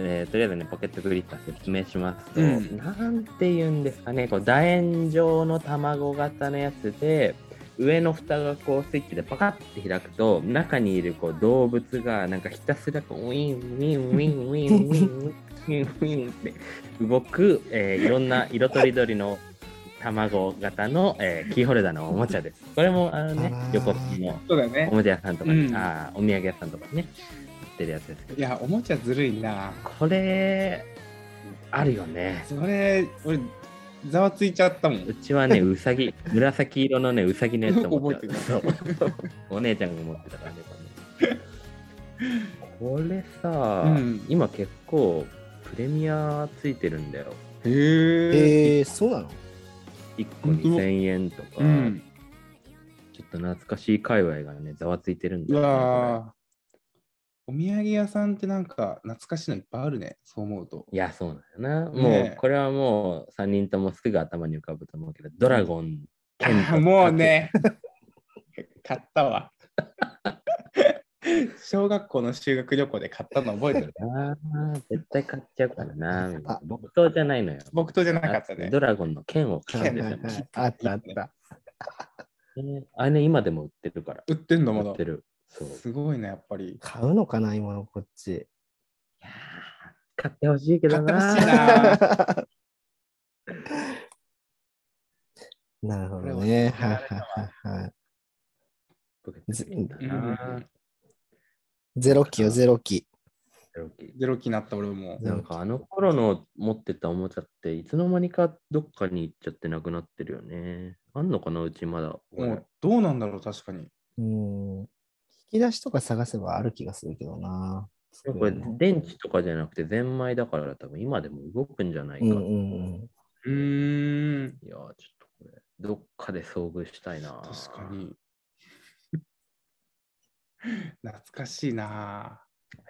えーとりあえずねポケットグリッター説明しますと、
うん
なんて言うんですかねこう楕円状の卵型のやつで上の蓋がこうスイッチでパカッて開くと中にいるこう動物がなんかひたすらこうウィンウィンウィンウィンウィンウィンウィンウィンって動く、えーいろんな色とりどりの卵型の、えーキーホルダーのおもちゃです。これもあのね
あー
横須賀の
そうだよ
お
ね。
もちゃ屋さんとかに、
うん
あーお土産屋さんとかにね売ってるやつですけど
いや、おもちゃずるいな。
これあるよね
それ、俺、ざわついちゃったもん。
うちは
*laughs*
ねうさぎ紫色のねうさぎのやつを持ってた
覚
そうお姉ちゃんが持ってたからねこれさ、
うん
今結構プレミアついてるんだよ
へえ。
えー、そうなの
1個2000円とか、
うん。
ちょっと懐かしい界隈がねざわついてるんだよ
う
ね
わーお土産屋さんってなんか懐かしいのいっぱいあるね。そう思うと。
いや、そうなんだよな。もう、
ねえ
これはもう3人ともすぐ頭に浮かぶと思うけど、ドラゴン、
あ
剣と
ーもうね、買ったわ。小学校の修学旅行で買ったの覚えてる。
あー絶対買っちゃうからな。みたいな
あ
木刀じゃないのよ。
木刀じゃなかったね
ドラゴンの剣を買っ
はい
て
はい
た
は
もん
いあったあった。
ね。あれね、今でも売ってるから。
売ってんのま
売っ
だ
て。る。そう。い
すごいね、やっぱり。
買うのかな、今のこっち。
やー買ってほしいけどな。
買ってほしいな
*laughs* なるほどね。はいはいはいはい。
僕好きだな
ゼロ期よ、ゼロ期。
ゼロ期になった俺も。
なんかあの頃の持ってたおもちゃっていつの間にかどっかに行っちゃってなくなってるよね。あんのかなうちまだ。
もうどうなんだろう、確かに。
うん。引き出しとか探せばある気がするけどな。
これ電池とかじゃなくてゼンマイだから多分今でも動くんじゃないか。
うんう
い
んうん。
うーん。
やーちょっとこれどっかで遭遇したいな。
確かに。懐かしいな
は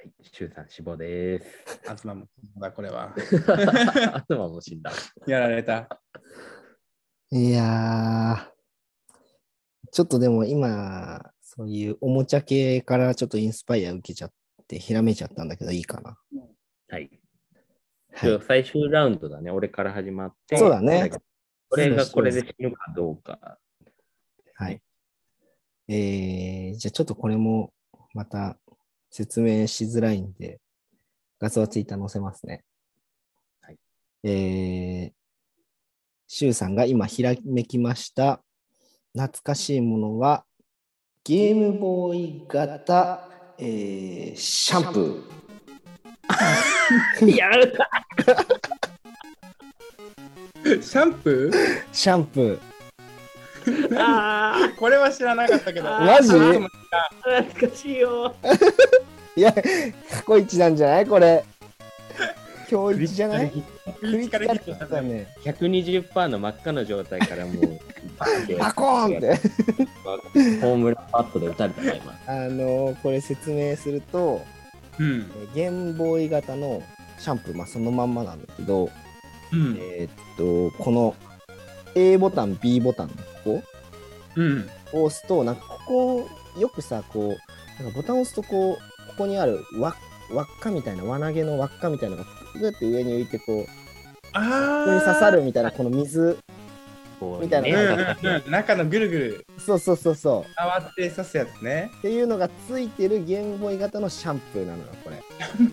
い、シュウさん死亡
*laughs*
です。
ぁ。東もだ、これは。
あとはもう死んだ。
やられた。
いやー、ちょっとでも今、そういうおもちゃ系からちょっとインスパイア受けちゃって、ひらめいちゃったんだけど、いいかな。
はい。
はい
今日最終ラウンドだね。俺から始まって。
そうだね
これがこれで死ぬかどうか。
はい。えー、じゃあちょっとこれもまた説明しづらいんで、画像はツイッター載せますね。
はい。
えー、シュウさんが今ひらめきました、懐かしいものは、ゲームボーイ型、えーシャンプー。
やるか
シャンプ
シャンプ
あ
ーこれは知らなかったけど。
マジ
ー懐かしいよ。
*laughs* ー。いや、過去一なんじゃないこれ。今日一じゃない
クリティカルヒッ
ク
ト
リティカルヒッ
だ
トだ
ね。
ね。
120%の真っ赤の状態からも
*laughs*
う、バーンって
パコーンって。
ホームランパットで打たれたな、今。
あのーこれ説明すると、
うん
え。ーゲームボーイ型のシャンプー、まあ、そのまんまなんだけど、
うん。
えーっと、この A ボタン、B ボタンのこ
うん。
こを押すと、なんかここ、よくさ、こう、なんかボタンを押すと、こう、ここにある輪輪っかみたいな、輪投げの輪っかみたいなのが、こうやって上に浮いて、こう、
あ
こ
ー
こに刺さるみたいな、この水、
こう
みた
うん
いな
うんうん。中のぐるぐる
そうそうそうそう、
回って刺すやつね。
っていうのがついてるゲームボーイ型のシャンプーなのよ、これ。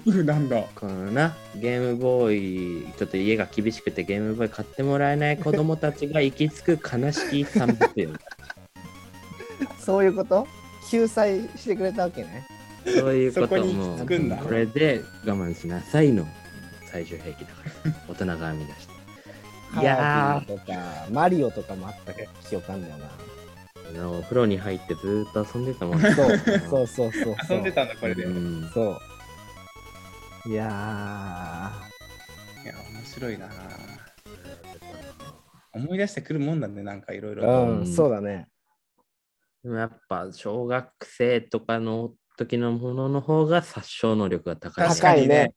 うん、なんだ。
このなゲームボーイちょっと家が厳しくてゲームボーイ買ってもらえない子供たちが行き着く悲しき産物
*laughs*
よ
そういうこと救済してくれたわけね。
そういうこ
そことに
も
行き着くんだ
これで我慢しなさいの最終兵器だ
*laughs*
から大人が編み出してい
カ
や
ービィとか、マリオとかもあった記憶あんだよな。
ーあのお風呂に入ってずーっと遊んで
*laughs*
たもん
そう、そうそうそうそう。
遊んでたんだ、これで。い
うん
そう。いや
や、面白いな思い出してくるもんだね、なんかいろい
ー、
ろ。
うん、
うん
そうだね。
でもやっぱ小学生とかの時のものの方が殺傷能力が高い、
確か
高
に
いね。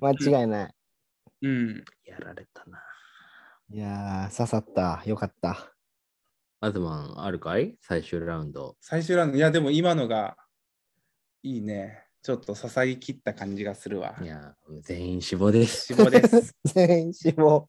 *laughs* 間違いない。
うん。
やられたな。
いやー、刺さった。よかった。
東あるかい最終ラウンド。
最終ラウンド、いや、でも今のがいいね。ちょっと捧ぎ切った感じがするわ
い。や、全員死亡です。
死亡です。
全員死亡。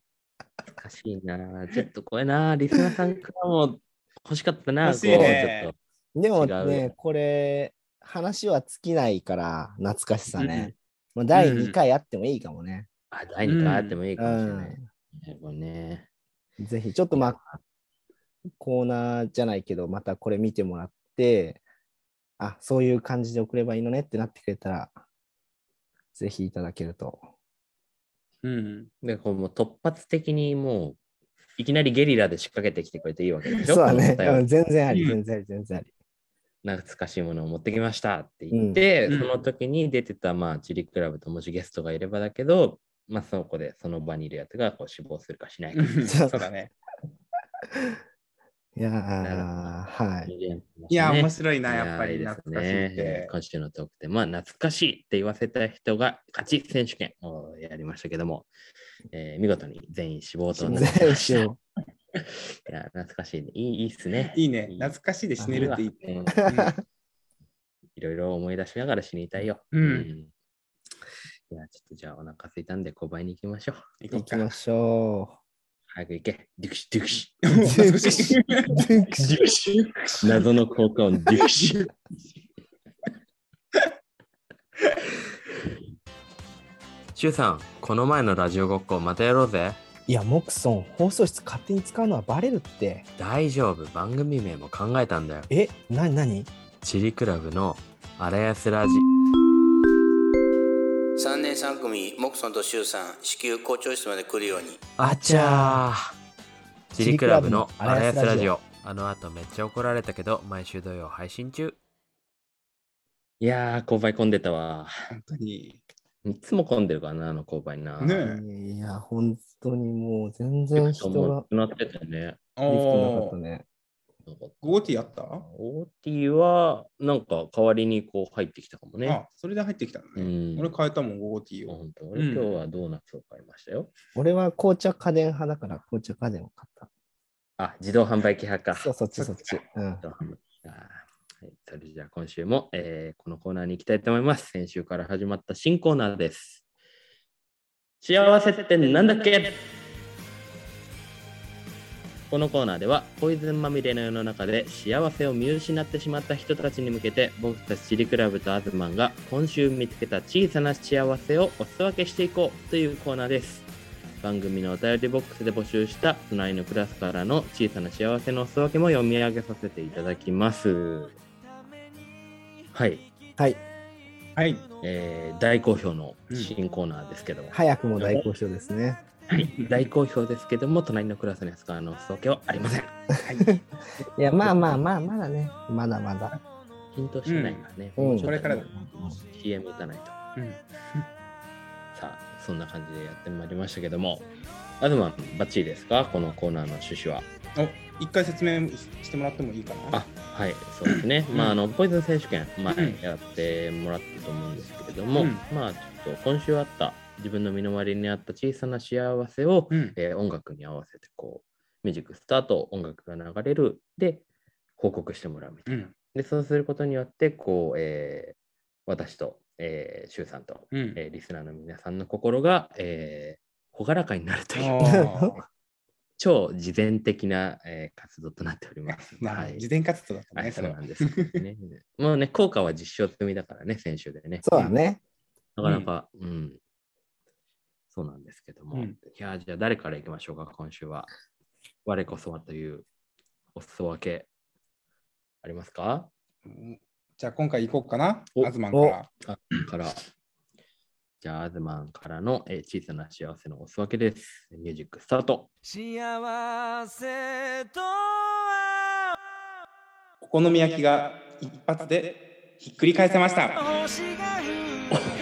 難しいな。ちょっとこれな、リスナーさんからも欲しかったな。
欲しいね
こうちょっと
でも
違う
ね
よ、
これ、話は尽きないから、懐かしさ
うんう
ね
ん。
まあ、第2回あってもいいかもね。
あ、第2回あってもいいかもしれない。
うん
ねこれね。
ぜひ、ちょっとまあ、コーナーじゃないけど、またこれ見てもらって、あ、そういう感じで送ればいいのねってなってくれたら、ぜひいただけると。
うん。
で、こうもう突発的にもう、いきなりゲリラで仕掛けてきてくれていいわけでしょ
そうだね。
このお便
うん
り
全然あり、
うん
全然あり、全然あり。
懐かしいものを持ってきましたって言って、
うん
その時に出てた、まあ、チリクラブともしゲストがいればだけど、まあ、そこでその場にいるやつがこう死亡するかしないか。
そうだね。
いやー、
な
はい。
いや、面
ね
白い
い
な、やっぱ
い
り
いです
懐かしいっ
ね
て。
今週のトークテーマは懐かしいって言わせた人が勝ち選手権をやりましたけども、えー見事に全員死亡となりま
全員
し
死
た。い
亡。
や懐かしいね。いいいいっすね。
いいね。懐かしいで死ねるっていいね。
うん
*laughs* うん
いろいろ思い出しながら死にたいよ。
うん
いや、ちょっとじゃあお腹空いたんで購買に行きましょう。
行
行
こ
き
う
ま
か。
しょ
早く行け。デュクシデュクシ。
懐かしい。
デュクシ。謎の効果音、デュクシ。シュウさん、この前のラジオごっこまたやろうぜ。
う。いや、モクソン、放送室勝手に使うのはバレるって。
大丈夫、番組名も考えたんだよ。
え、なになに
チリクラブのアラヤスラジ。
3年3組モクソンとシュウさん至急校長室まで来るように
あちゃーチリクラブのアラヤスラ
チリ
ジ
クラ
オあの後めっちゃ怒られたけど毎週土曜配信中いやー購買混んでたわ
本当に。
いつも混んでるからなあの購買な
ねえ
いや、本当にもう全
ちょ
然
っと
人
も
が
うなっててね
できてなかっ
お
た
ー。
ね。
ゴーティやった
オーティはなんか代わりにこう入ってきたかもね
あ、それで入ってきたの
う
ね。
ん
俺変えたもん、ゴーティ
あ
を。
本当
う
俺
ん
今日はドーナツを買いましたよ、
俺は紅茶家電派だから紅茶家電を買っ
あ自動販売機派
た。
か
そう、そっちそっち。うん。
あーはい、それじゃあ今週も、えーこのコーナーに行きたいと思います。先週から始まった新コーナーです。幸せってなんだっけこのコーナーではポイズンまみれの世の中で幸せを見失ってしまった人たちに向けて僕たちチリクラブとアズマンが今週見つけた小さな幸せをお裾分けしていこうというコーナーです。番組のお便りボックスで募集した隣のクラスからの小さな幸せのお裾分けも読み上げさせていただきます。はい、
はい。
はい。
えー大好評の新コーナーですけども、
早くも大好評ですね。
大好評ですけども隣のクラスのやつからのお裾分けはありません。*laughs*
いや、まあまあまあ、まだね。まだまだ。
浸透してないからね。
うん
もうちょっと
これからだ
CM 打たないと。
うん
さあ、そんな感じでやってまいりましたけども、アズマン、バッチリですかこのコーナーの趣旨は。
お、一回説明してもらってもいいかな
あはい、そうですね。
うん
まあ、あの、ポイズン選手権、まあ
うん、
やってもらったと思うんですけれども、
うん
まあ、ちょっと今週あった、自分の身の回りにあった小さな幸せを、
うん。
えー音楽に合わせて、こう、ミュージックスタート、音楽が流れる、で、報告してもらうみたいな。
うん。
で、そうすることによって、こう、えー私と、えー、シュウさんと、
うん。
えーリスナーの皆さんの心が、えー、朗らかになるという、 *laughs*
あー
超慈善的な、えー活動となっております。
*laughs* なるほ
は
ど。
い
事前活動だった
は
ね、
い、
そ
そ
れ
う
は
な。んですけどね。 *laughs* もうね、効果は実証済みだからね、先週でね。
そうだね。
なかなか、うん。そうなんですけども。
うん
いやー、じゃあ誰から行きましょうか、今週は。我こそはというお裾分けありますか
じゃあ今回行こうかな
お。
アズマンから。
あから。じゃあ、アズマンからの、えー小さな幸せのお裾分けです。ミュージックスタート。
幸せと
お好み焼きが一発でひっくり返せました。
星が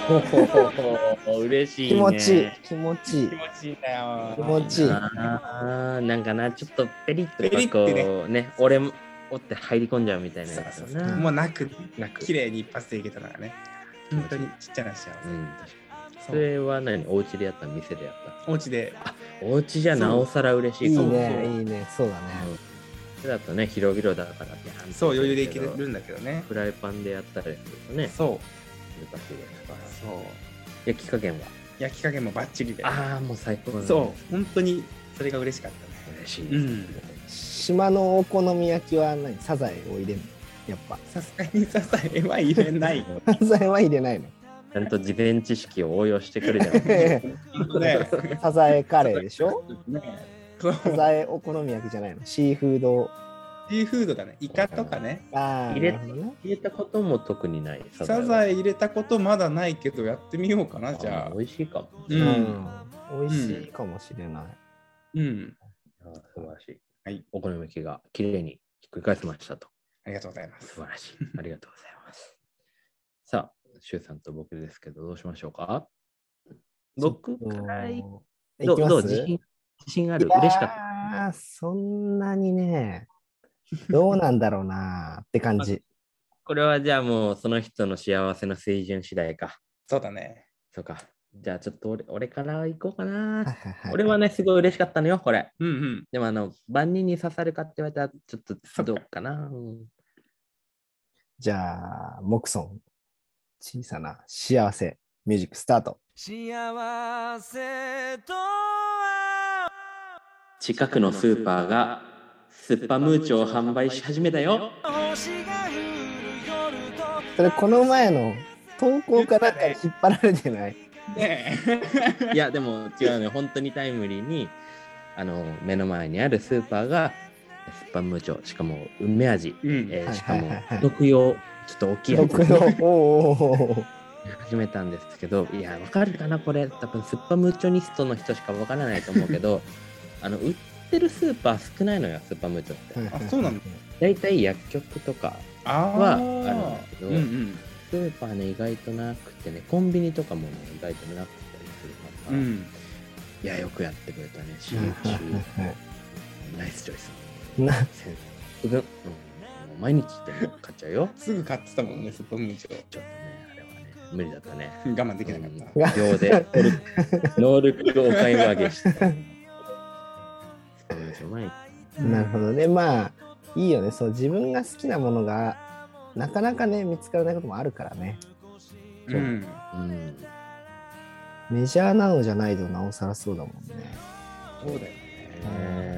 ほ
光
ほほほ嬉しい、ね。
気持ちいい。気持ちいい
気。持ちいいんだよ。
気持ちいい
あーなんかな、ちょっとペリッと
ペリッ
こ
てね
うね、俺もおって入り込んじゃうみたいな
そう
やつ
そ
よ
う
な。
もうなく、
なく
綺麗に一発でいけたのがね、本当にちっちゃな幸せ。
うん、確かに。そ
そう
れは何お家でやった店でやっ
お家で、
たお家じゃなおさら嬉しい
いい
かもしれない
ね、いいね、そうだね。
それだとね、広々だからって反省
そう、余裕でい
す
け
ど
るんだけどね。
フライパンでやったりするとね、
そう、
難しいですから。
そう。
焼き加減は。
焼き加減もバッチリで。
ああ、もう最高なんだ
そう、本当にそれが嬉しかったね。
嬉しい。
うん
島のお好み焼きは何サザエを入れるのやっぱ。 *laughs*
さすがにささえは入れない。
サザエは入れないの。
ちゃんと事前知識を応用してくるじ
*laughs*
ゃん。
ね、
サザエカレーで
*laughs*
しょ
ねそう
サザエお好み焼きじゃないの。シーフード。
シーフードがね、イカとかね、
ああ、
入れ
なるほどね。
入れたことも特にない。
サザ
エ
エ入れたことまだないけど、やってみようかな、
は
じゃあ
あー。美味しいかも。
う。
うんん。美味しいかもしれない。
うん。
あー素晴らしい。
はい
お好み焼きが綺麗にひっくり返せましたと。
ありがとうございま
素
す。
晴らしい。ありがとうございます。さあ、シュウさんと僕ですけど、どうしましょうか僕からい
ちょっと。いき
どうど
ま
う
す
自信自信あ
い
る
やー
嬉しかった。
そんなにね、どうなんだろうなって感じ。
*laughs* これはじゃあもうその人の幸せの水準次第か。
そうだね。
そうか。じゃあちょっと俺俺から行こうかな。
いいい
俺はね、すごい嬉しかったのよ、これ。
うんうん。
でもあの、万人に刺さるかって言われたら、ちょっとどうかな。うん
じゃあ、木村、小さな幸せ、ミュージックスタート。
幸せとは
近くのスーパーが、スッパムーチョを販売し始めたよ。
星が降る夜と
それ、この前の投稿かなんかに引っ張られてない。
ね
いや、でも違うね。本当にタイムリーに、あの、目の前にあるスーパーが、スッパムーチョ、しかも梅味、
え。うん。
えー
はい
しかも
はいはいはい
毒用、ちょっと大きいやつ
僕の、おーおーおー
始めたんですけど、いや、わかるかな、これ、多分スッパムーチョニストの人しかわからないと思うけ
*laughs*
ど、あの、売ってるスーパー少ないのよ、スッパムーチョって。
おー。
あそうなんだ
大体薬局とか
あー
はあるんだけど
うんうん。
スーパーね意外となくてねコンビニとかもね意外となくてたりするから、
う
い
ん。
やよくやってくれたね集
うん
中ナイスチョイス
な
先生うん、もう毎日でも買っちゃうよ
すぐ買ってたもんね、スッパムーチョ。
ちょっとねあれはね無理だったね
我慢できなかっ
うん
た。
秒
*laughs*
で能力をお買い上げしてそうですよ毎日
なるほどね。まあ、いいよね。そう、自分が好きなものが、なかなかね、見つからないこともあるからね。
うん。
うん
メジャーなのじゃないとなおさらそうだもんね。
そうだよね。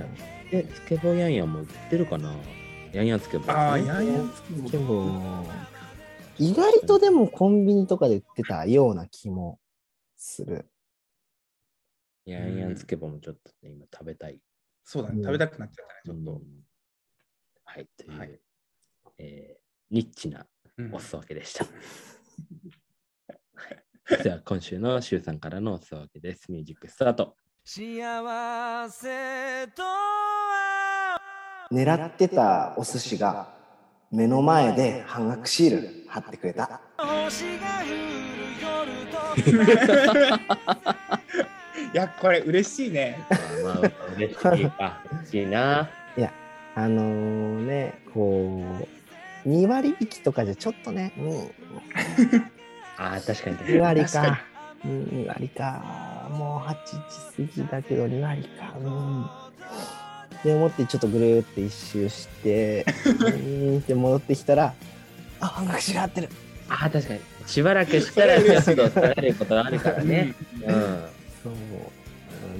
ねえでつけ棒やんやんも売ってるかなやんやんつけ棒
ああ、やんやんつき
でも、意外とでもコンビニとかで売ってたような気もする。
やんやんつけ棒もちょっとね今食べたい
そうだね。食べたくなっちゃった
ちょ
ね、
っ
ちょっ
と
と。。
はい、という、
はい
えーニッチな
うん
お裾分けでした。はいじゃあ、今週のシュウさんからのお裾分けです。ミュージックスタート。
幸せとは
狙ってたお寿司が目の前で半額シール貼ってくれた。
星が降る *laughs* 夜と
いや、これ嬉しいね。
まあ、まあ、嬉しいか。嬉しいな。
あのーね、こう、2割引きとかじゃちょっとね、うん、
ああ、確かに確か
2
に。
割か。うん、2割か。もう8時過ぎだけど2割か。うん。って思ってちょっとぐるーって一周して、うーんって戻ってきたら、あ、半額しがってる。
ああ、確かに。しばらくしたら、ちょっと下がることあるからね。うん。
そ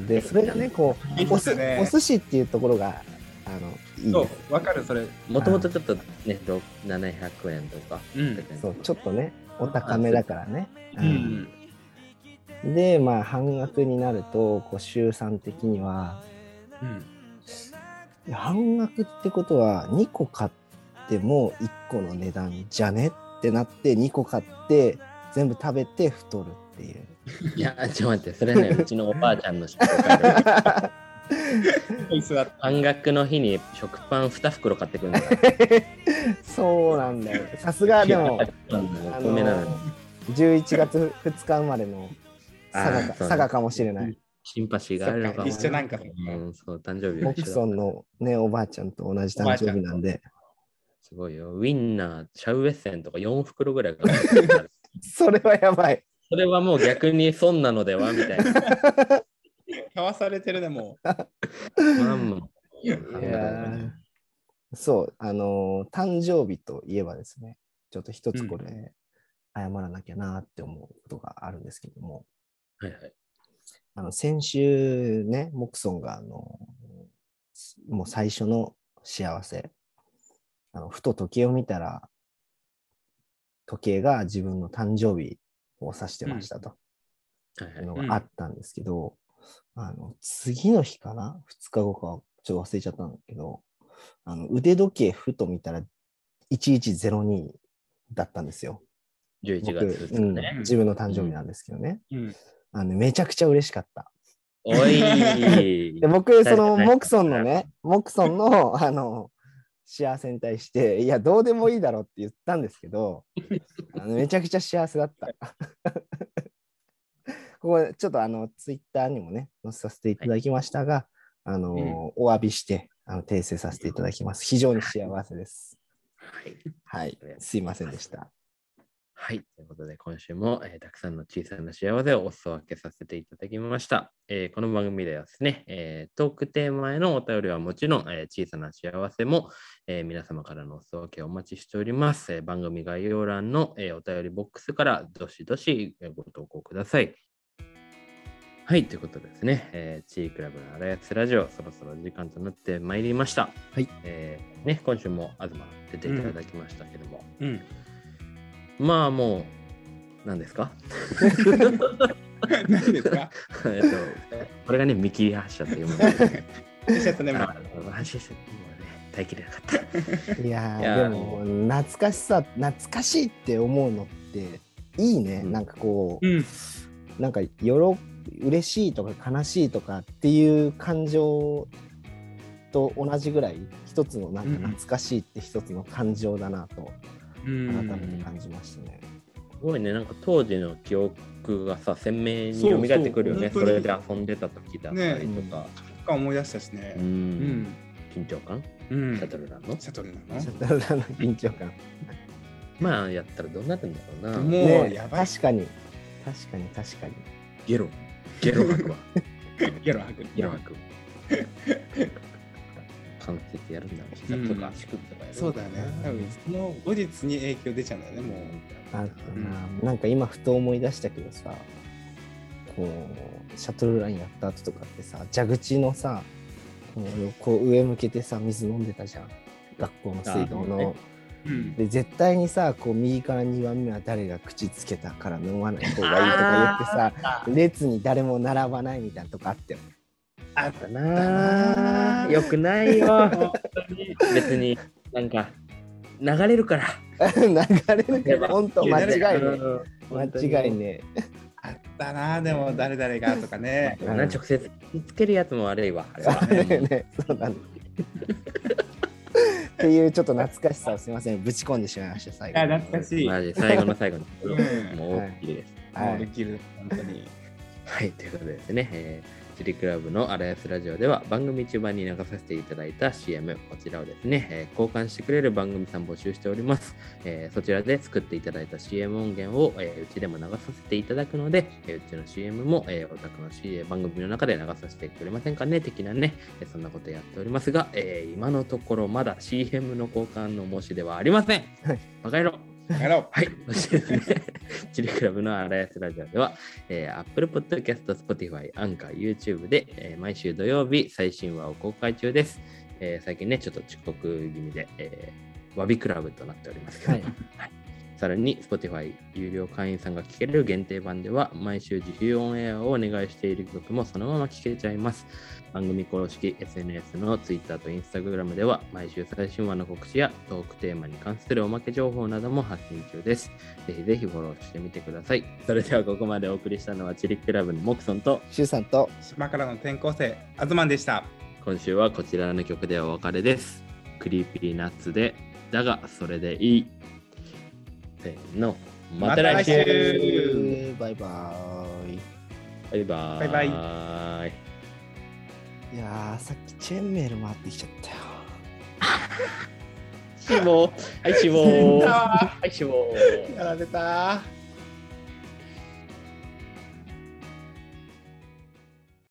う。で、それがね、こう、おす
いいですね
お寿司っていうところが、あの、いい
そ
で
う、わかる、それ。
もともとちょっとね、ろ700円とか。
うん。
す。そう、ちょっとね、お高めだからね。
う
うん
ん。
で、まあ、半額になると、こう、週3的には、
うん。
いや半額ってことは2個買っても1個の値段じゃねってなって2個買って全部食べて太るっていう
いや、ちょっと待って、それね、うちのおばあちゃんの紹介で。
座って
半額の日に食パン2袋買ってくるんだから。
そうなんだよさすがでもあ
ご
の
めんなのに
11月2日生まれの佐
あーそうだ
賀か佐賀かもしれない
シンパシーがあるのかも
そっか一緒なんかも
うん、そう、誕生日が
モキ
一
ソ
緒
ンのねおばあちゃんと同じ誕生日なんで
すごいよ。ウィンナー、シャウエッセンとか4袋ぐら
*laughs*
い買ってた
それはやばい。
それはもう逆に損なのではみ
*laughs*
たいな。
かわされてるでもう。
まあまあいや
いやーそう、あのー誕生日といえばですね、ちょっと一つこれ、謝らなきゃなって思うことがあるんですけども、
はいはい。
あの先週ね、モクソンが、あのーもう最初の幸せ、あのふと時計を見たら、時計が自分の誕生日を指してましたと。
はい
い
は
う
い
のがあったんですけど、あの次の日かな ?2 日後か、ちょっと忘れちゃったんだけど、あの腕時計ふと見たら1102だったんですよ。
11
僕、
月2日ね。
うん自分の誕生日なんですけどね。
うん。
あのめちゃくちゃ嬉しかった。
おい
で僕、その
大事なやつだから
モクソンのね、モクソンの *laughs* あの幸せに対して、いや、どうでもいいだろうって言ったんですけど、あのめちゃくちゃ幸せだった。 *laughs* ここ、ちょっとあの、ツイッターにもね、載せさせていただきましたが、あの、お詫びして、あの訂正させていただきます。非常に幸せです。
はい。
はい。すいませんでした。
はい。ということで、今週も、えーたくさんの小さな幸せをお裾分けさせていただきました。えーこの番組ではですね、えートークテーマへのお便りはもちろん、えー小さな幸せも、えー皆様からのお裾分けをお待ちしております。えー番組概要欄の、えーお便りボックスからどしどしえーご投稿ください。はい、ということでですね、えー、地域クラブの荒安ラジオ、そろそろ時間となってまいりました。
はい。
えーね、今週も東出ていただきましたけども、
うん。
まあもう、何ですか
*laughs*
*laughs*
何ですか
えっと、これがね、見切り発車というもので、 *laughs*
ちょっとね、まあ
あの発車して、もうね、耐えきれなかった。
いやー
いやー
でも懐かしさ懐かしいって思うのっていいね、
うん
なんかこう、
うん。
なんかよろ嬉しいとか悲しいとかっていう感情と同じぐらい一つのなん
うんうん
か懐かしいって一つの感情だなと
う
改
ん。
めて感じましたね。
すごいね、なんか当時の記憶がさ、鮮明に蘇ってくるよね、そ
そうそう
れで遊んでた時だったりとか、
なんか思い出したしね
う。、
うんん。
緊張感、
うん。
シャトルランの。
シャトルな
シ
の
ャッターの緊
*laughs*
張感。
まあ、やったらどうなるんだろうな。
もう
ね
やばい
確かに確かに確かに。
ゲロ。ゲロ吐くわ。
ゲロ吐
*laughs*
く。
ゲロ吐 *laughs* く。関節やるんだろう、膝とか足首とかやる。
そうだよね。多分その後日に影響出ちゃうんだよね、も
あったな、なんか今ふと思い出したけどさこうシャトルラインやった後とかってさ蛇口のさこうこう上向けてさ水飲んでたじゃん学校の水道
あ
の
ね。
う。うん。
で絶対にさこう右から2番目は誰が口つけたから飲まない方がいいとか言ってさ列に誰も並ばないみたいなとこあったよね
あったなぁ。よくない *laughs* よ。別に、なんか、流れるから。
流れるけど本当間違いね
うん
間違い。ね
あったな、でも誰々がとかね。
あんな直接つけるやつも悪いわ。あれ
あ
は
れね、そうなんだ。っていうちょっと懐かしさをすみません、ぶち込んでしまいました、最後。
あ、懐かし *laughs* い。
マジ最後の最後に
うん。
もう大きいです。
は
もうで
い、
きる、本当に。
はい、ということでですね、えー、チリクラブの荒安ラジオでは番組中盤に流させていただいた CM、こちらをですね、えー交換してくれる番組さん募集しております。えーそちらで作っていただいた CM 音源を、えーうちでも流させていただくので、えーうちの CM も、えーお宅の CM 番組の中で流させてくれませんかね的なね、えーそんなことやっておりますが、えー今のところまだ CM の交換の申し出はありません
はい。
バカ野郎
やろ
はい、 *laughs* そしてですね、チリクラブのアラヤスラジオでは、えー、Apple Podcast、Spotify、アンカー、YouTube で、えー毎週土曜日最新話を公開中です。えー最近ね、ちょっと遅刻気味で、えー、わびクラブとなっておりますけど、
はい
はいさらに Spotify 有料会員さんが聴ける限定版では、毎週自費オンエアをお願いしている曲もそのまま聴けちゃいます。番組公式 SNS の Twitter と Instagram では毎週最新話の告知やトークテーマに関するおまけ情報なども発信中です。ぜひぜひフォローしてみてください。それではここまでお送りしたのはチリクラブのモクソンと
シュウさんと
う。島からの転校生、アズマンでした。
今週はこちらの曲でお別れです。クリーピーナッツでだがそれでいい。せーの、また来
ま
週
た来週
バイバーイ。
バイバーイ。
バイ
バイ
*laughs* いやー、さっきチェーンメール回ってきちゃったよ。
死亡。はい、死亡。はい、死亡。
*laughs* やられたー。